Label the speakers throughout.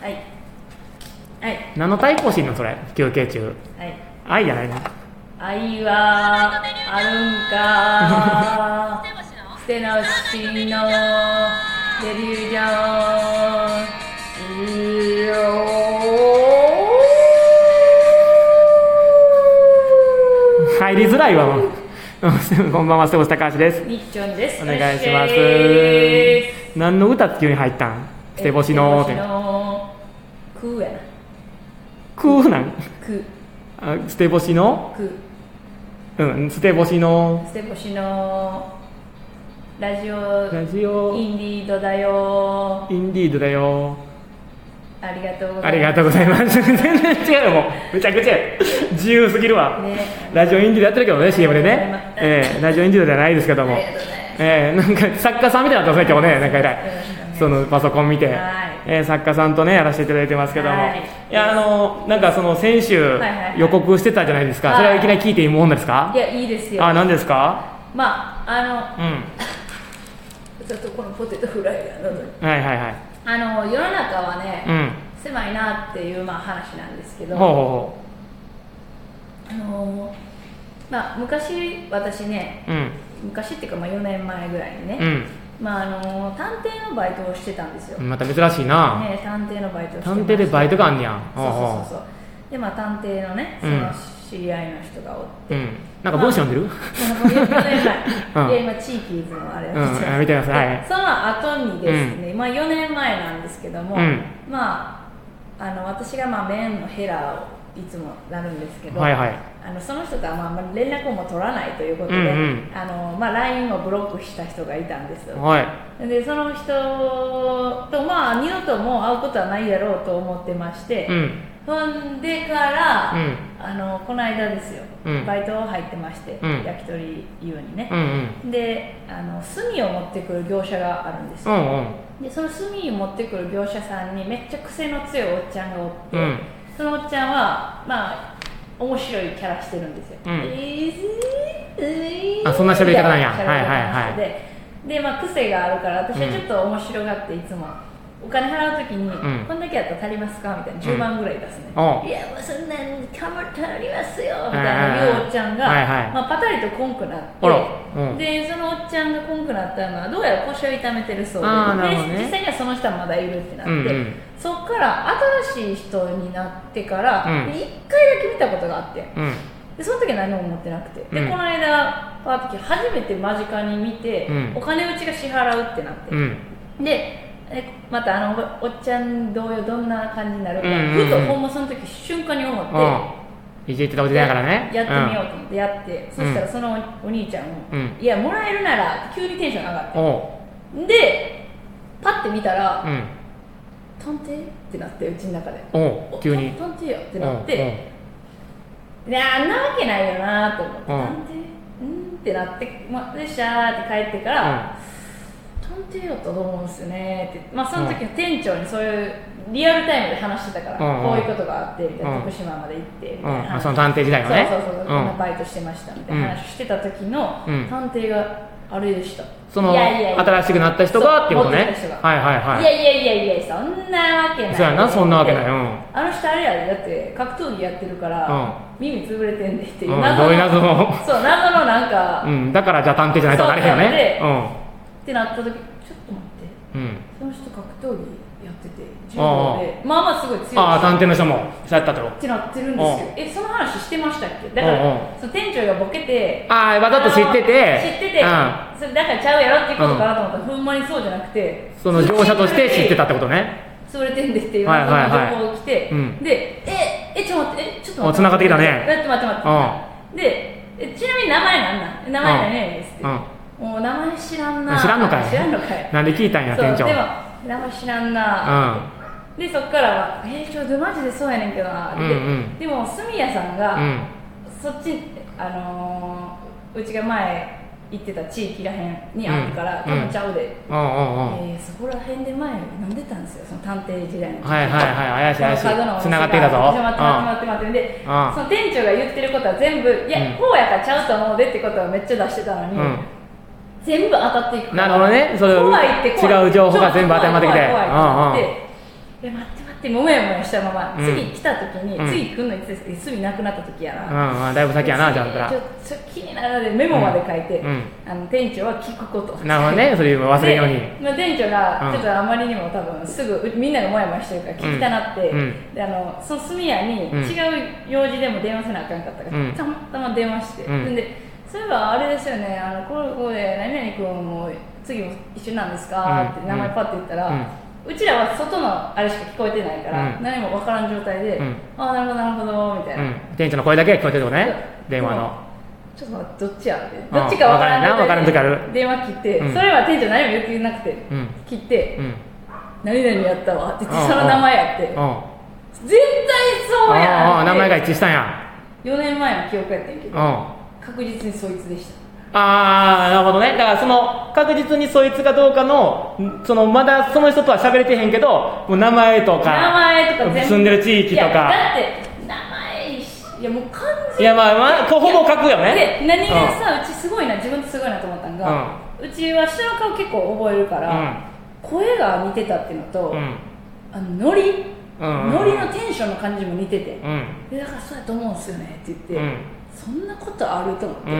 Speaker 1: はいはい
Speaker 2: 何の対抗心のそれ休憩中
Speaker 1: はい
Speaker 2: 愛じゃないの
Speaker 1: 愛はあるんか
Speaker 3: 手橋の
Speaker 1: 捨て直しのデリュージョンいいよ
Speaker 2: 入りづらいわも うこんばんは、瀬尾高橋です。
Speaker 1: みっちょんです
Speaker 2: お願いしま
Speaker 1: よろしくです
Speaker 2: す。何の歌って急に入ったん捨て星
Speaker 1: え
Speaker 2: の
Speaker 1: 捨
Speaker 2: って
Speaker 1: て星。のクーやな
Speaker 2: クーなん
Speaker 1: ク
Speaker 2: あ捨て星の
Speaker 1: ク
Speaker 2: うん、捨て星の
Speaker 1: 捨て星のラジオ
Speaker 2: ラジオ
Speaker 1: インディードだよ
Speaker 2: インディードだよ。
Speaker 1: ありがとうございます
Speaker 2: ありがとうございます。 全然違うよ、もう。めちゃくちゃや自由すぎるわ。
Speaker 1: ね
Speaker 2: ラジオインディードやってるけどね、CM でね。ええラジオインディードじゃないですけども。
Speaker 1: ありがとうございます
Speaker 2: ええなんか作家さんみたいになったんですね、今日ね、なんか偉い。そのパソコン見て、
Speaker 1: はい
Speaker 2: えー作家さんとねやらせていただいてますけども、
Speaker 1: はいい、
Speaker 2: やあのなんかその先週
Speaker 1: いはいはい
Speaker 2: 予告してたじゃないですか、
Speaker 1: はい
Speaker 2: それはいきなり聞いていいもんですか
Speaker 1: い、やいいですよ
Speaker 2: あ何ですか
Speaker 1: まああ
Speaker 2: うん
Speaker 1: のちょっとこのポテトフライが喉に
Speaker 2: はいはいはい
Speaker 1: あの世の中はね、
Speaker 2: うん
Speaker 1: 狭いなっていうまあ話なんですけど、
Speaker 2: ほうほうほ
Speaker 1: あのまあ昔私ね
Speaker 2: ううん
Speaker 1: 昔っていうかまあ4年前ぐらいにね、まああの探偵のバイトをしてたんですよ、
Speaker 2: うんまた珍しいな、
Speaker 1: ね探偵のバイトをしてまし
Speaker 2: 探
Speaker 1: た
Speaker 2: 偵でバイトがあんねやん
Speaker 1: そう
Speaker 2: ほ
Speaker 1: そうそうそうでまあ探偵のねそ
Speaker 2: うん
Speaker 1: の知り合いの人がおっ
Speaker 2: うほううんなんか文章読んでる、
Speaker 1: て、4年前、
Speaker 2: うん
Speaker 1: で今チーキーズのあれを見て
Speaker 2: うんあ見てますはい
Speaker 1: その後にですね、まあ4年前なんですけども、
Speaker 2: うん
Speaker 1: まああの私がまあ面のヘラをいつもなるんですけど、
Speaker 2: はいはい
Speaker 1: あのその人とはまああんまり連絡をもう取らないということで、
Speaker 2: うんうん
Speaker 1: あのまあ、LINE をブロックした人がいたんですよ
Speaker 2: はい
Speaker 1: でその人とまあ二度ともう会うことはないだろうと思ってまして、
Speaker 2: うん
Speaker 1: ほんでから、
Speaker 2: うん
Speaker 1: あのこの間ですよ、
Speaker 2: うん
Speaker 1: バイト入ってまして、
Speaker 2: うん
Speaker 1: 焼き鳥湯にね
Speaker 2: う、んうん
Speaker 1: であの炭を持ってくる業者があるんです
Speaker 2: う
Speaker 1: よ、
Speaker 2: んうん
Speaker 1: でその炭持ってくる業者さんにめっちゃ癖の強いおっちゃんがおって、
Speaker 2: うん
Speaker 1: そのおっちゃんはまあ面白いキャラしてるんですよ、
Speaker 2: うん
Speaker 1: えーえー
Speaker 2: あそんな喋り方なんや
Speaker 1: みたいな
Speaker 2: はいはいはい
Speaker 1: 喋り方でで、まあ、癖があるから私はちょっと面白がっていつも、お金払うときに、
Speaker 2: ん
Speaker 1: こんだけやったら足りますかみたいな10万ぐらい出すね、
Speaker 2: おう
Speaker 1: いやもうそんなんかも足りますよみたいな言うおっちゃんが、
Speaker 2: はいはい
Speaker 1: まあ、パタリとコンクなって
Speaker 2: あらうん
Speaker 1: でそのおっちゃんがコンクなったのはどうやら腰を痛めてるそうで
Speaker 2: あーなるほどね
Speaker 1: で実際にはその人はまだいるってなって、
Speaker 2: うんうん
Speaker 1: そっから新しい人になってから
Speaker 2: うん
Speaker 1: 1回だけ見たことがあって
Speaker 2: うん
Speaker 1: でその時は何も思ってなくてで、
Speaker 2: うん
Speaker 1: この間パーティー初めて間近に見て、
Speaker 2: うん
Speaker 1: お金うちが支払うってなって、
Speaker 2: うん
Speaker 1: でえまたあのおおっちゃん同様どんな感じになるか、
Speaker 2: うんうんうん
Speaker 1: ふとほんまその時瞬間に思って、
Speaker 2: うんいじってたおじだからね
Speaker 1: やってみようと思ってやって、そしたらそのお兄ちゃんも、
Speaker 2: うん
Speaker 1: いやもらえるなら急にテンション上が
Speaker 2: うんおう
Speaker 1: ってでパッて見たら、
Speaker 2: うん
Speaker 1: 探偵ってなってうちの中で
Speaker 2: お
Speaker 1: お
Speaker 2: う急に
Speaker 1: 探探偵よって
Speaker 2: うん
Speaker 1: なって、であんなわけないよなと思って、
Speaker 2: うん
Speaker 1: 探偵うんってなって、まあ、でしゃーって帰ってから、探偵よと思うんですよねって、まあ、その時は店長にそういうリアルタイムで話してたから、
Speaker 2: うんうん
Speaker 1: こういうことがあってみたいな、
Speaker 2: うん
Speaker 1: 徳島まで行ってみた
Speaker 2: う
Speaker 1: い
Speaker 2: ん
Speaker 1: な
Speaker 2: うん
Speaker 1: 話
Speaker 2: あその探偵時代のね
Speaker 1: そうそうそう、
Speaker 2: う
Speaker 1: こんなんバイトしてましたみたいな話をしてた時の
Speaker 2: うん
Speaker 1: 探偵があれでした、
Speaker 2: その
Speaker 1: いやいやいや
Speaker 2: 新しくなった人がっていうこと
Speaker 1: そう持
Speaker 2: ね
Speaker 1: ってきた人が
Speaker 2: はいはいはい
Speaker 1: いやいやいやいやそんなわけない
Speaker 2: そうやなそんなわけないうん
Speaker 1: あの人あれやでだって格闘技やってるから、耳潰れてんでっていう
Speaker 2: うん
Speaker 1: 謎の、
Speaker 2: どういう謎の
Speaker 1: そう謎のなんか、
Speaker 2: う
Speaker 1: っ
Speaker 2: んだからじゃあ探偵じゃないとなれへんよね
Speaker 1: てなった時ちょっと待って
Speaker 2: うんうん
Speaker 1: その人格闘技やってて柔道でまあまあすごい強い人
Speaker 2: ああ探偵の人もそうやったとろ
Speaker 1: ってなってるんですけどえその話してましたっけだか
Speaker 2: うん
Speaker 1: ら、その店長がボケて
Speaker 2: ああわざと知ってて
Speaker 1: あの知ってて、
Speaker 2: うん
Speaker 1: それだからちゃうやろっていうことかなと思ったら、ほんまにそうじゃなくて
Speaker 2: その業者として知ってたってことね
Speaker 1: 潰れてんでっていう
Speaker 2: はい
Speaker 1: 謎
Speaker 2: はい
Speaker 1: の
Speaker 2: はい
Speaker 1: 情報が来て、
Speaker 2: うん
Speaker 1: でええちょっと待ってえちょっと
Speaker 2: お
Speaker 1: 待って
Speaker 2: 繋がってきたね
Speaker 1: 待って待って待ってでえちなみに名前なんなん名前何やねんですって、
Speaker 2: うん
Speaker 1: もう名前知らんな
Speaker 2: 知らんのかい
Speaker 1: 知らんのかい
Speaker 2: なんで聞いたんや店
Speaker 1: そ
Speaker 2: 長
Speaker 1: うでも
Speaker 2: う
Speaker 1: 名前知らんな、
Speaker 2: ん
Speaker 1: でそっからは「えー、ちょっとマジでそうやねんけどな」
Speaker 2: うんうん
Speaker 1: ででも住谷さんが、
Speaker 2: うん
Speaker 1: そっちあのーうちが前行ってた地域らへんにあったから、
Speaker 2: うん
Speaker 1: 多分ちゃうで、
Speaker 2: うんうんうん
Speaker 1: えーそこら辺で前飲んでたんですよその探偵時代の
Speaker 2: はいはいはい怪しい怪し
Speaker 1: その角のお
Speaker 2: い
Speaker 1: 店
Speaker 2: 繋がってきたぞ
Speaker 1: ちょっと待って待って待って待ってで
Speaker 2: うん
Speaker 1: その店長が言ってることは全部いや、
Speaker 2: うん
Speaker 1: こうやからちゃうと思うでってことをめっちゃ出してたの
Speaker 2: う
Speaker 1: に、
Speaker 2: んうん
Speaker 1: 全部当たっていくから
Speaker 2: なるほどねそれを
Speaker 1: 怖いって怖い
Speaker 2: 違う情報が全部当てはまってきて
Speaker 1: 怖い怖い怖い怖いってなって、え待って待ってもやもやしたまま、
Speaker 2: うん
Speaker 1: 次来た時に、
Speaker 2: うん
Speaker 1: 次来るのいつですかすぐいなくなった時やな、
Speaker 2: うんうんだいぶ先やなじゃあほんたら
Speaker 1: ちょちょ気にならないメモまで書いて、
Speaker 2: うんうん
Speaker 1: あの店長は聞くこと
Speaker 2: なるほどねそれ忘れんように
Speaker 1: でまあ、店長
Speaker 2: う
Speaker 1: が
Speaker 2: ん
Speaker 1: ちょっとあまりにも多分すぐみんながモヤモヤしてるから聞きたなって、
Speaker 2: うん
Speaker 1: であのその住屋に
Speaker 2: う
Speaker 1: 違
Speaker 2: ん
Speaker 1: う用事でも電話せなあかんかったから、
Speaker 2: うん
Speaker 1: たまたま電話して、
Speaker 2: うん
Speaker 1: でそういえばあれですよねあのこれこれで何々君も次も一緒なんですか、
Speaker 2: う
Speaker 1: っ
Speaker 2: ん
Speaker 1: て名前パッて言ったら、
Speaker 2: うん
Speaker 1: うちらは外のあれしか聞こえてないから、
Speaker 2: うん
Speaker 1: 何も分からん状態で、
Speaker 2: うん
Speaker 1: ああなるほどなるほどみたいな、
Speaker 2: うん、店長の声だけが聞こえてるとこね電話の
Speaker 1: ちょっと待ってどっちやってどっちか分からん
Speaker 2: うん分からんな分からん時ある
Speaker 1: 電話切って、
Speaker 2: うん
Speaker 1: それは店長何も言ってなくて、
Speaker 2: うん
Speaker 1: 切って、
Speaker 2: うん
Speaker 1: 何々やったわって言っ
Speaker 2: うん
Speaker 1: てその名前やって
Speaker 2: うんあ
Speaker 1: 絶対そうやん
Speaker 2: あ
Speaker 1: って
Speaker 2: 名前が一致したんや
Speaker 1: 4年前の記憶やったんやけ
Speaker 2: うん
Speaker 1: ど
Speaker 2: あ
Speaker 1: 確実にそいつでし
Speaker 2: あなるほどねだからその確実にそいつかどうかのんそのまだその人とは喋れてへんけどもう名前と
Speaker 1: た
Speaker 2: か
Speaker 1: 名前とか全部
Speaker 2: 住んでる地域と
Speaker 1: いや
Speaker 2: か
Speaker 1: だって名前いやもう漢
Speaker 2: い
Speaker 1: 字
Speaker 2: やまあまあこうほぼ書くよね
Speaker 1: で何がさ、うちすごいな自分ってすごいなと思ったんが、うちは人の顔結構覚えるから、声が似てたっていうのと、
Speaker 2: うんうん
Speaker 1: あのノリ、
Speaker 2: うん
Speaker 1: ノリのテンションの感じも似てて、
Speaker 2: うん
Speaker 1: でだからそうやと思うんすよねって言って、
Speaker 2: うん
Speaker 1: そんなことあると思って、
Speaker 2: うん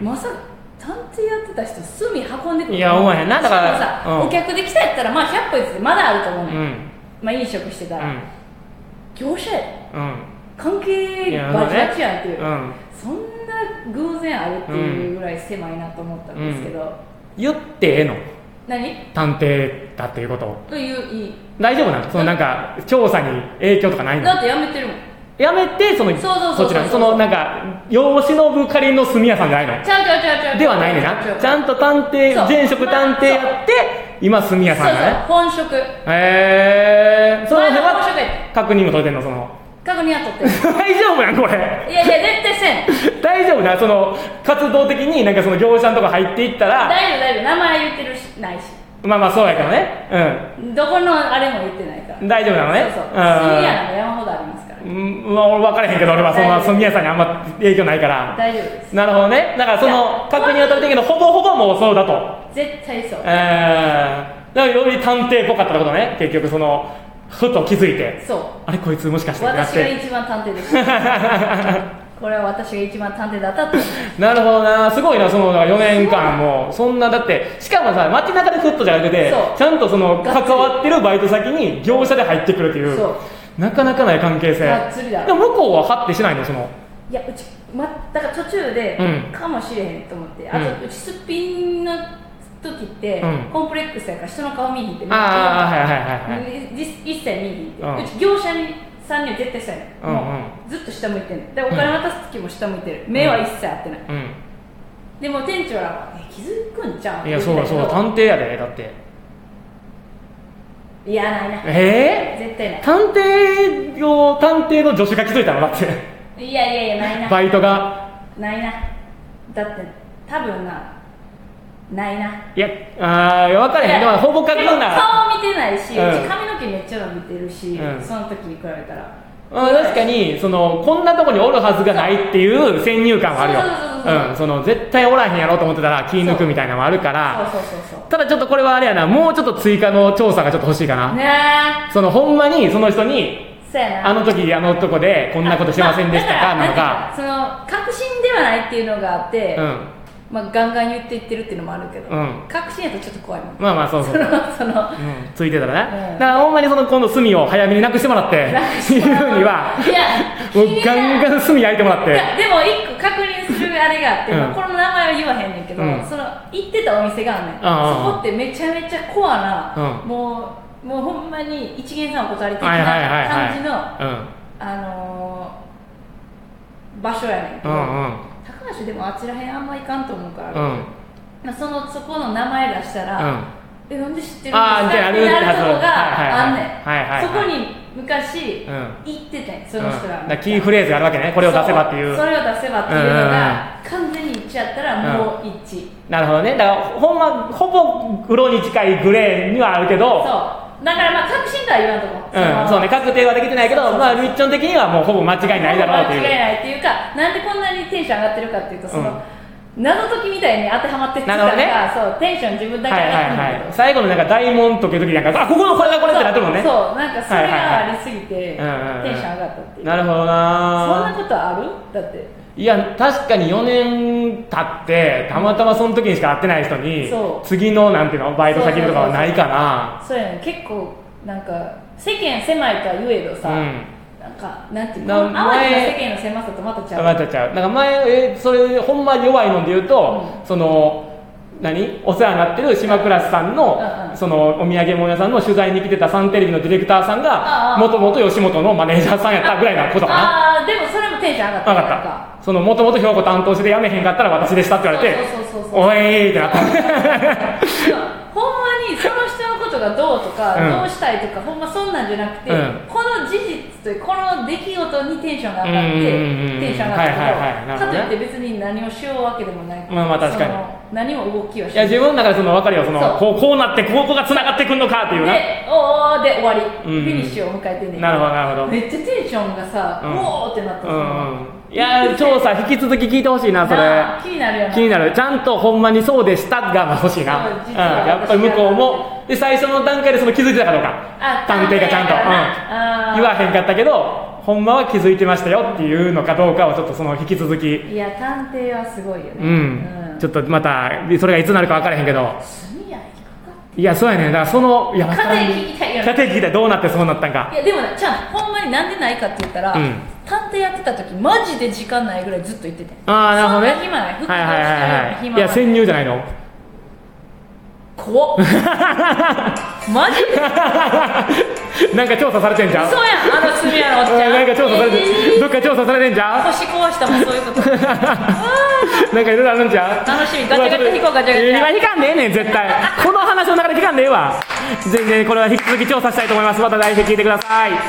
Speaker 2: うん
Speaker 1: まさか探偵やってた人隅運んでくる
Speaker 2: いや思わへんなだから
Speaker 1: しもさ、
Speaker 2: うん
Speaker 1: お客で来たやったらまあ100歩譲ってまだあると思う
Speaker 2: うんう
Speaker 1: ね、ん、
Speaker 2: ん
Speaker 1: まあ飲食してた
Speaker 2: う
Speaker 1: ら、
Speaker 2: ん
Speaker 1: 業者や
Speaker 2: うん
Speaker 1: 関
Speaker 2: い
Speaker 1: 係
Speaker 2: や
Speaker 1: バチバチやんっていう、
Speaker 2: うん
Speaker 1: そんな偶然あるっていうぐらい狭いなと思ったんですけど、
Speaker 2: 言ってええの
Speaker 1: 何
Speaker 2: 探偵だっていうことを
Speaker 1: といういい
Speaker 2: 大丈夫なのそのなんか調査に影響とかないの
Speaker 1: だってやめてるもん
Speaker 2: やめてその
Speaker 1: そうそうそうそう
Speaker 2: ちらそのなんか養子のぶかりの住屋さんじゃない
Speaker 1: ちゃうちゃうちゃうちゃ
Speaker 2: の
Speaker 1: う
Speaker 2: ではないねん
Speaker 1: ちゃ
Speaker 2: な
Speaker 1: う
Speaker 2: ちゃんと探偵
Speaker 1: そう
Speaker 2: 前職探偵やって今住屋
Speaker 1: そう
Speaker 2: さんが
Speaker 1: そう
Speaker 2: ね
Speaker 1: 本職
Speaker 2: へえー、その辺
Speaker 1: 前の本職や
Speaker 2: は確認も取れてんのその
Speaker 1: 確認は取っ
Speaker 2: 大丈夫やんこ
Speaker 1: て
Speaker 2: れ
Speaker 1: るいやいや絶対せん
Speaker 2: 大丈夫なその活動的になんかその業者のとこ入っていったら
Speaker 1: 大丈夫大丈夫名前言ってるしないし
Speaker 2: まあまあそうやけどね
Speaker 1: どこのあれも言ってないから
Speaker 2: うん大丈夫なのね
Speaker 1: そうそう
Speaker 2: う
Speaker 1: シ
Speaker 2: ん
Speaker 1: ニアなんか山ほどありますから
Speaker 2: うん、まあ、俺分からへんけど俺はそ
Speaker 1: 大
Speaker 2: の
Speaker 1: 丈夫
Speaker 2: 住屋さんにあんま影響ないから
Speaker 1: 大丈夫です
Speaker 2: なるほどね。だからその、確認は取れたけど、ほぼほぼもうそうだと。
Speaker 1: 絶対そう
Speaker 2: えー、だからより探偵っぽかったってことね。結局その、ふと気づいて。
Speaker 1: そ
Speaker 2: あれこいつもしかして
Speaker 1: う
Speaker 2: ってなっ
Speaker 1: 私が
Speaker 2: て。
Speaker 1: 一番探偵 でしたこれは私が一番探偵だったと思う
Speaker 2: なるほどな。すごいな、その、4年間もう。そんな、だって、しかもさ、街中でフットじゃなくて
Speaker 1: そ、う
Speaker 2: ちゃんとその、
Speaker 1: がっつり
Speaker 2: 関わってるバイト先に業者で入ってくるっていう。
Speaker 1: そう
Speaker 2: なかなかない関係性。
Speaker 1: がっつりだ
Speaker 2: でも向こうはハッてしないの、その。
Speaker 1: いやうち、ま、だから途中で、
Speaker 2: うん
Speaker 1: かもしれへんと思ってあと、
Speaker 2: う
Speaker 1: うちすっぴんの時って、
Speaker 2: うん
Speaker 1: コンプレックスやから人の顔見に行って
Speaker 2: あーはいはいはいは
Speaker 1: じ一切見に行って、
Speaker 2: うん
Speaker 1: うち業者にさんには絶対したいの、
Speaker 2: うんうん
Speaker 1: もうずっと下向いてるでお金渡す時も下向いてる、目は一切合ってない
Speaker 2: うん。
Speaker 1: でも店長らはえ「気づくんちゃうん?」
Speaker 2: いや、そうだそうだ、探偵やで、だって。
Speaker 1: いやないない
Speaker 2: えー
Speaker 1: 絶対な
Speaker 2: 探偵を探偵の助手が気づいたのだって
Speaker 1: いいやいやいやないな
Speaker 2: バイトが
Speaker 1: ないなだって多分なないない
Speaker 2: やあー分かれへんでもほぼ確認な
Speaker 1: 顔見てないし、う
Speaker 2: うん
Speaker 1: ち髪の毛めっちゃ伸びてるし、
Speaker 2: うん
Speaker 1: その時に比べたら
Speaker 2: うん確かにそのこんなとこにおるはずがないっていう先入観はあるようんその絶対おらへんやろと思ってたら気抜くみたいなのもあるから
Speaker 1: そうそうそうそ
Speaker 2: ただちょっとこれはあれやなもうちょっと追加の調査がちょっと欲しいか
Speaker 1: う
Speaker 2: な
Speaker 1: ね
Speaker 2: そのほんまにその人に
Speaker 1: えそうやな
Speaker 2: あの時あのとこでこんなことしてませんでしたか
Speaker 1: あまあ
Speaker 2: なのか
Speaker 1: なんていうかその確信ではないっていうのがあって、
Speaker 2: うん
Speaker 1: まあ、ガンガン言っていってるっていうのもあるけど、
Speaker 2: うん
Speaker 1: 確信やとちょっと怖いもん
Speaker 2: まあまあそうそう
Speaker 1: そのその
Speaker 2: うんついてたらね、
Speaker 1: うん
Speaker 2: だからほんまにその今度隅を早めになくしてもらって
Speaker 1: なんか
Speaker 2: っていう
Speaker 1: や
Speaker 2: にはいもうガンガン隅焼いてもらっ
Speaker 1: い
Speaker 2: て
Speaker 1: やでも一個確認するあれがあって、
Speaker 2: うん
Speaker 1: まあこの名前は言わへんねんけど、
Speaker 2: うん
Speaker 1: その行ってたお店があんねん、
Speaker 2: ああ
Speaker 1: そこってめちゃめちゃコアな、
Speaker 2: う
Speaker 1: もうもうほんまに一元さんお断り的
Speaker 2: はい
Speaker 1: な
Speaker 2: はいはいはい
Speaker 1: 感じの、
Speaker 2: う
Speaker 1: あのー場所やねんけど、
Speaker 2: んうんうん
Speaker 1: 高橋でもあちらへんあんま行かんと思うから、
Speaker 2: うん
Speaker 1: まあそのそこの名前出したら、
Speaker 2: うん
Speaker 1: えなんで知ってるんです
Speaker 2: あ
Speaker 1: かっ
Speaker 2: あじ
Speaker 1: て
Speaker 2: ゃあ
Speaker 1: な
Speaker 2: あるは
Speaker 1: る
Speaker 2: ず
Speaker 1: とこがあんねん、
Speaker 2: はいはいはいはいはい
Speaker 1: そこに昔、
Speaker 2: うん
Speaker 1: 行っててんそ
Speaker 2: うん
Speaker 1: の
Speaker 2: だ
Speaker 1: 人ら、
Speaker 2: からキーフレーズがあるわけねこれを出せばっていう
Speaker 1: そそれを出せばっていうのが、完全に一致やったらもう一致、
Speaker 2: なるほどねだからほんまほぼ黒に近いグレーにはあるけど
Speaker 1: そうだからまあ確信とは言わんとこ
Speaker 2: うん、
Speaker 1: の
Speaker 2: そうね確定はできてないけど
Speaker 1: そうそう
Speaker 2: まあルイッチョン的にはもうほぼ間違いないだろうという
Speaker 1: 間違いないっていうかなんでこんなにテンション上がってるかっていうとその、
Speaker 2: うん
Speaker 1: 謎解きみたいに当てはまってきた
Speaker 2: なるほど
Speaker 1: ら、
Speaker 2: ね
Speaker 1: そうテンション自分だけ
Speaker 2: はい
Speaker 1: 上
Speaker 2: は
Speaker 1: がるんだけど、
Speaker 2: いはい最後のなんか大門解ける時なんかあここのこれだこれってなってるもんね
Speaker 1: そうそうなんかそれがありすぎて、
Speaker 2: はいはいはいうんうんうん
Speaker 1: テンション上がったっていう
Speaker 2: なるほど
Speaker 1: そん
Speaker 2: な
Speaker 1: なことあるだって
Speaker 2: いや確かに4年経ってたまたまその時にしか会ってない人に
Speaker 1: そう
Speaker 2: 次のなんていうのバイト先とかはないかな
Speaker 1: そうやね結構なんか世間狭いとは言えどさ、
Speaker 2: うん
Speaker 1: なんかなんていう
Speaker 2: な
Speaker 1: のあわりの
Speaker 2: 前
Speaker 1: 世間の狭さとまたちゃう
Speaker 2: 分かっちゃうなんか前えそれほんま弱いので言うと、その何お世話になってる島倉さんの,、
Speaker 1: うんうん
Speaker 2: そのお土産物屋さんの取材に来てたサンテレビのディレクターさん
Speaker 1: ああ
Speaker 2: がもともと吉本のマネージャーさんやったぐらいなことかな
Speaker 1: ああーでもそれもテンション上がった
Speaker 2: 分か
Speaker 1: なん
Speaker 2: ったそのもともと兵庫担当して辞めへんかったら私でしたって言われて
Speaker 1: そうそうそうそう
Speaker 2: おいーってなった
Speaker 1: いやほんまにその人のことがどうとか、
Speaker 2: う
Speaker 1: ど
Speaker 2: ん
Speaker 1: うしたいとかほんまそんなんじゃなくて、
Speaker 2: うん
Speaker 1: この事実というこの出来事にテンションが上がって
Speaker 2: うんうんうんうん
Speaker 1: テンション上がったけど、
Speaker 2: はいはいはいなるほどね
Speaker 1: かといって別に何をしようわけでもない
Speaker 2: まあまあ確かに
Speaker 1: その何も動きをし
Speaker 2: い
Speaker 1: な
Speaker 2: や
Speaker 1: い
Speaker 2: 自分の中でその分かるよその
Speaker 1: そう
Speaker 2: こうこうなってここがつながってくんのかっていうな
Speaker 1: でおおで終わり、
Speaker 2: うんうん
Speaker 1: フィニッシュを迎えてんねんけ
Speaker 2: なるほどなるほど
Speaker 1: めっちゃテンションがさ、
Speaker 2: うん
Speaker 1: おおってなった
Speaker 2: う
Speaker 1: その
Speaker 2: んうんいやー調査引き続き聞いてほしいなそれ
Speaker 1: なあ気になるよな
Speaker 2: 気になるちゃんとほんまにそうでしたがまあ欲しいな、
Speaker 1: そう
Speaker 2: うん、
Speaker 1: 実は
Speaker 2: やっぱり向こうもで最初の段階でその気づいてたかどうか
Speaker 1: あ
Speaker 2: 探偵がちゃんと、
Speaker 1: 探偵が
Speaker 2: うん、
Speaker 1: あー
Speaker 2: 言わへんかったけどほんまは気づいてましたよっていうのかどうかをちょっとその引き続き
Speaker 1: いや探偵はすごいよね
Speaker 2: うん、
Speaker 1: うん、
Speaker 2: ちょっとまたそれがいつになるか分からへんけど
Speaker 1: 速や行くか
Speaker 2: いやそうやねだからそのいや
Speaker 1: 家庭聞きたいよね
Speaker 2: 家庭聞きたいどうなってそうなったんか
Speaker 1: いやでもねちゃんほんまになんでないかって言ったら、
Speaker 2: うん
Speaker 1: 探偵やってた時マジで時間ないぐらいずっと言ってて
Speaker 2: ああなるほどね
Speaker 1: そんな暇ない服
Speaker 2: はいはいはいはい
Speaker 1: 着てる
Speaker 2: い
Speaker 1: 暇
Speaker 2: や
Speaker 1: ない
Speaker 2: 潜入じゃないの
Speaker 1: 怖っマジで
Speaker 2: なんか調査されてんじゃん
Speaker 1: そうやんあの隅やのおっちゃん
Speaker 2: なんか調査されて、
Speaker 1: えー
Speaker 2: どっか調査されてんじゃん
Speaker 1: 腰壊したもんそういうことうわ
Speaker 2: なんかいろいろあるんじゃん
Speaker 1: ー楽しみガチャガチャ引こうガチャガ
Speaker 2: 今
Speaker 1: チャ
Speaker 2: 引かんでええねん絶対この話の中で引かんでええわ全然これは引き続き調査したいと思いますまた来週聞いてください